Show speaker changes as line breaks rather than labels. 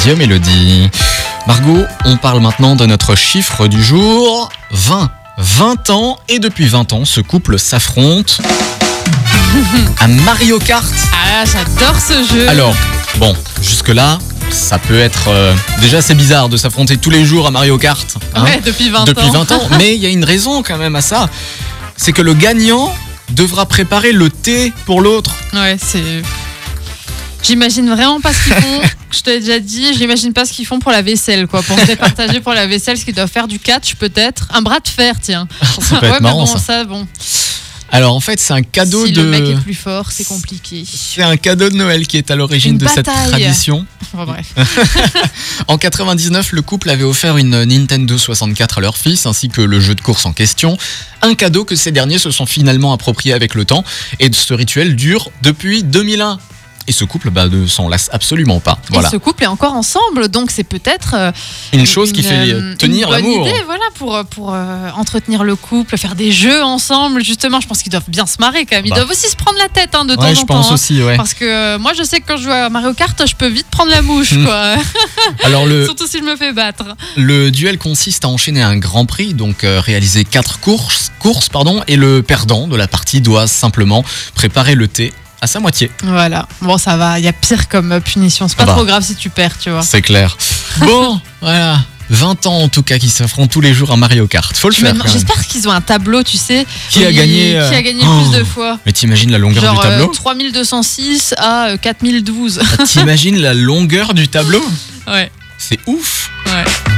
Dieu Mélodie. Margot, on parle maintenant de notre chiffre du jour 20. 20 ans, et depuis 20 ans, ce couple s'affronte à Mario Kart.
Ah, j'adore ce jeu.
Alors, bon, jusque-là, ça peut être. euh, déjà, c'est bizarre de s'affronter tous les jours à Mario Kart. hein,
ouais, depuis 20
depuis
ans.
20 ans, mais il y a une raison quand même à ça. C'est que le gagnant devra préparer le thé pour l'autre.
Ouais, c'est. J'imagine vraiment pas ce qu'ils font. Je te l'ai déjà dit, j'imagine pas ce qu'ils font pour la vaisselle, quoi. Pour se départager pour la vaisselle, ce qu'ils doivent faire du catch, peut-être. Un bras de fer, tiens.
Ça peut
ouais,
être
mais
marrant
bon,
ça.
bon.
Alors en fait, c'est un cadeau
si
de.
le mec est plus fort, c'est compliqué.
C'est un cadeau de Noël qui est à l'origine
Une
de cette
bataille.
tradition.
Enfin, bref.
En 99, le couple avait offert une Nintendo 64 à leur fils ainsi que le jeu de course en question. Un cadeau que ces derniers se sont finalement approprié avec le temps. Et ce rituel dure depuis 2001. Et ce couple bah, ne s'en lasse absolument pas. Voilà.
Et ce couple est encore ensemble, donc c'est peut-être euh,
Une chose qui fait
euh,
tenir
une bonne
l'amour.
idée, voilà, pour, euh, pour euh, entretenir le couple, faire des jeux ensemble. Justement, je pense qu'ils doivent bien se marrer quand même. Ils
Bah.
doivent aussi se prendre la tête hein, de temps
Ouais,
en
je
temps.
pense
hein.
aussi, ouais.
Parce que euh, moi, je sais que quand je joue à Mario Kart, je peux vite prendre la mouche,
Mm.
quoi.
Alors le,
Surtout si je me fais battre.
Le duel consiste à enchaîner un grand prix, donc euh, réaliser quatre courses, courses pardon, et le perdant de la partie doit simplement préparer le thé à sa moitié.
Voilà. Bon, ça va. Il y a pire comme euh, punition. C'est pas
Ah bah.
trop grave si tu perds, tu vois.
C'est clair. Bon, voilà. 20 ans en tout cas qui s'affrontent tous les jours à Mario Kart. Faut le
Je me
faire.
demande-
quand même.
J'espère qu'ils ont un tableau, tu sais.
Qui
où
a
ils-
gagné euh,
Qui a gagné
oh.
plus de fois
Mais t'imagines la longueur du
Genre euh,
tableau
3206 à euh, 4012.
T'imagines la longueur du tableau
ouais.
C'est ouf.
Ouais.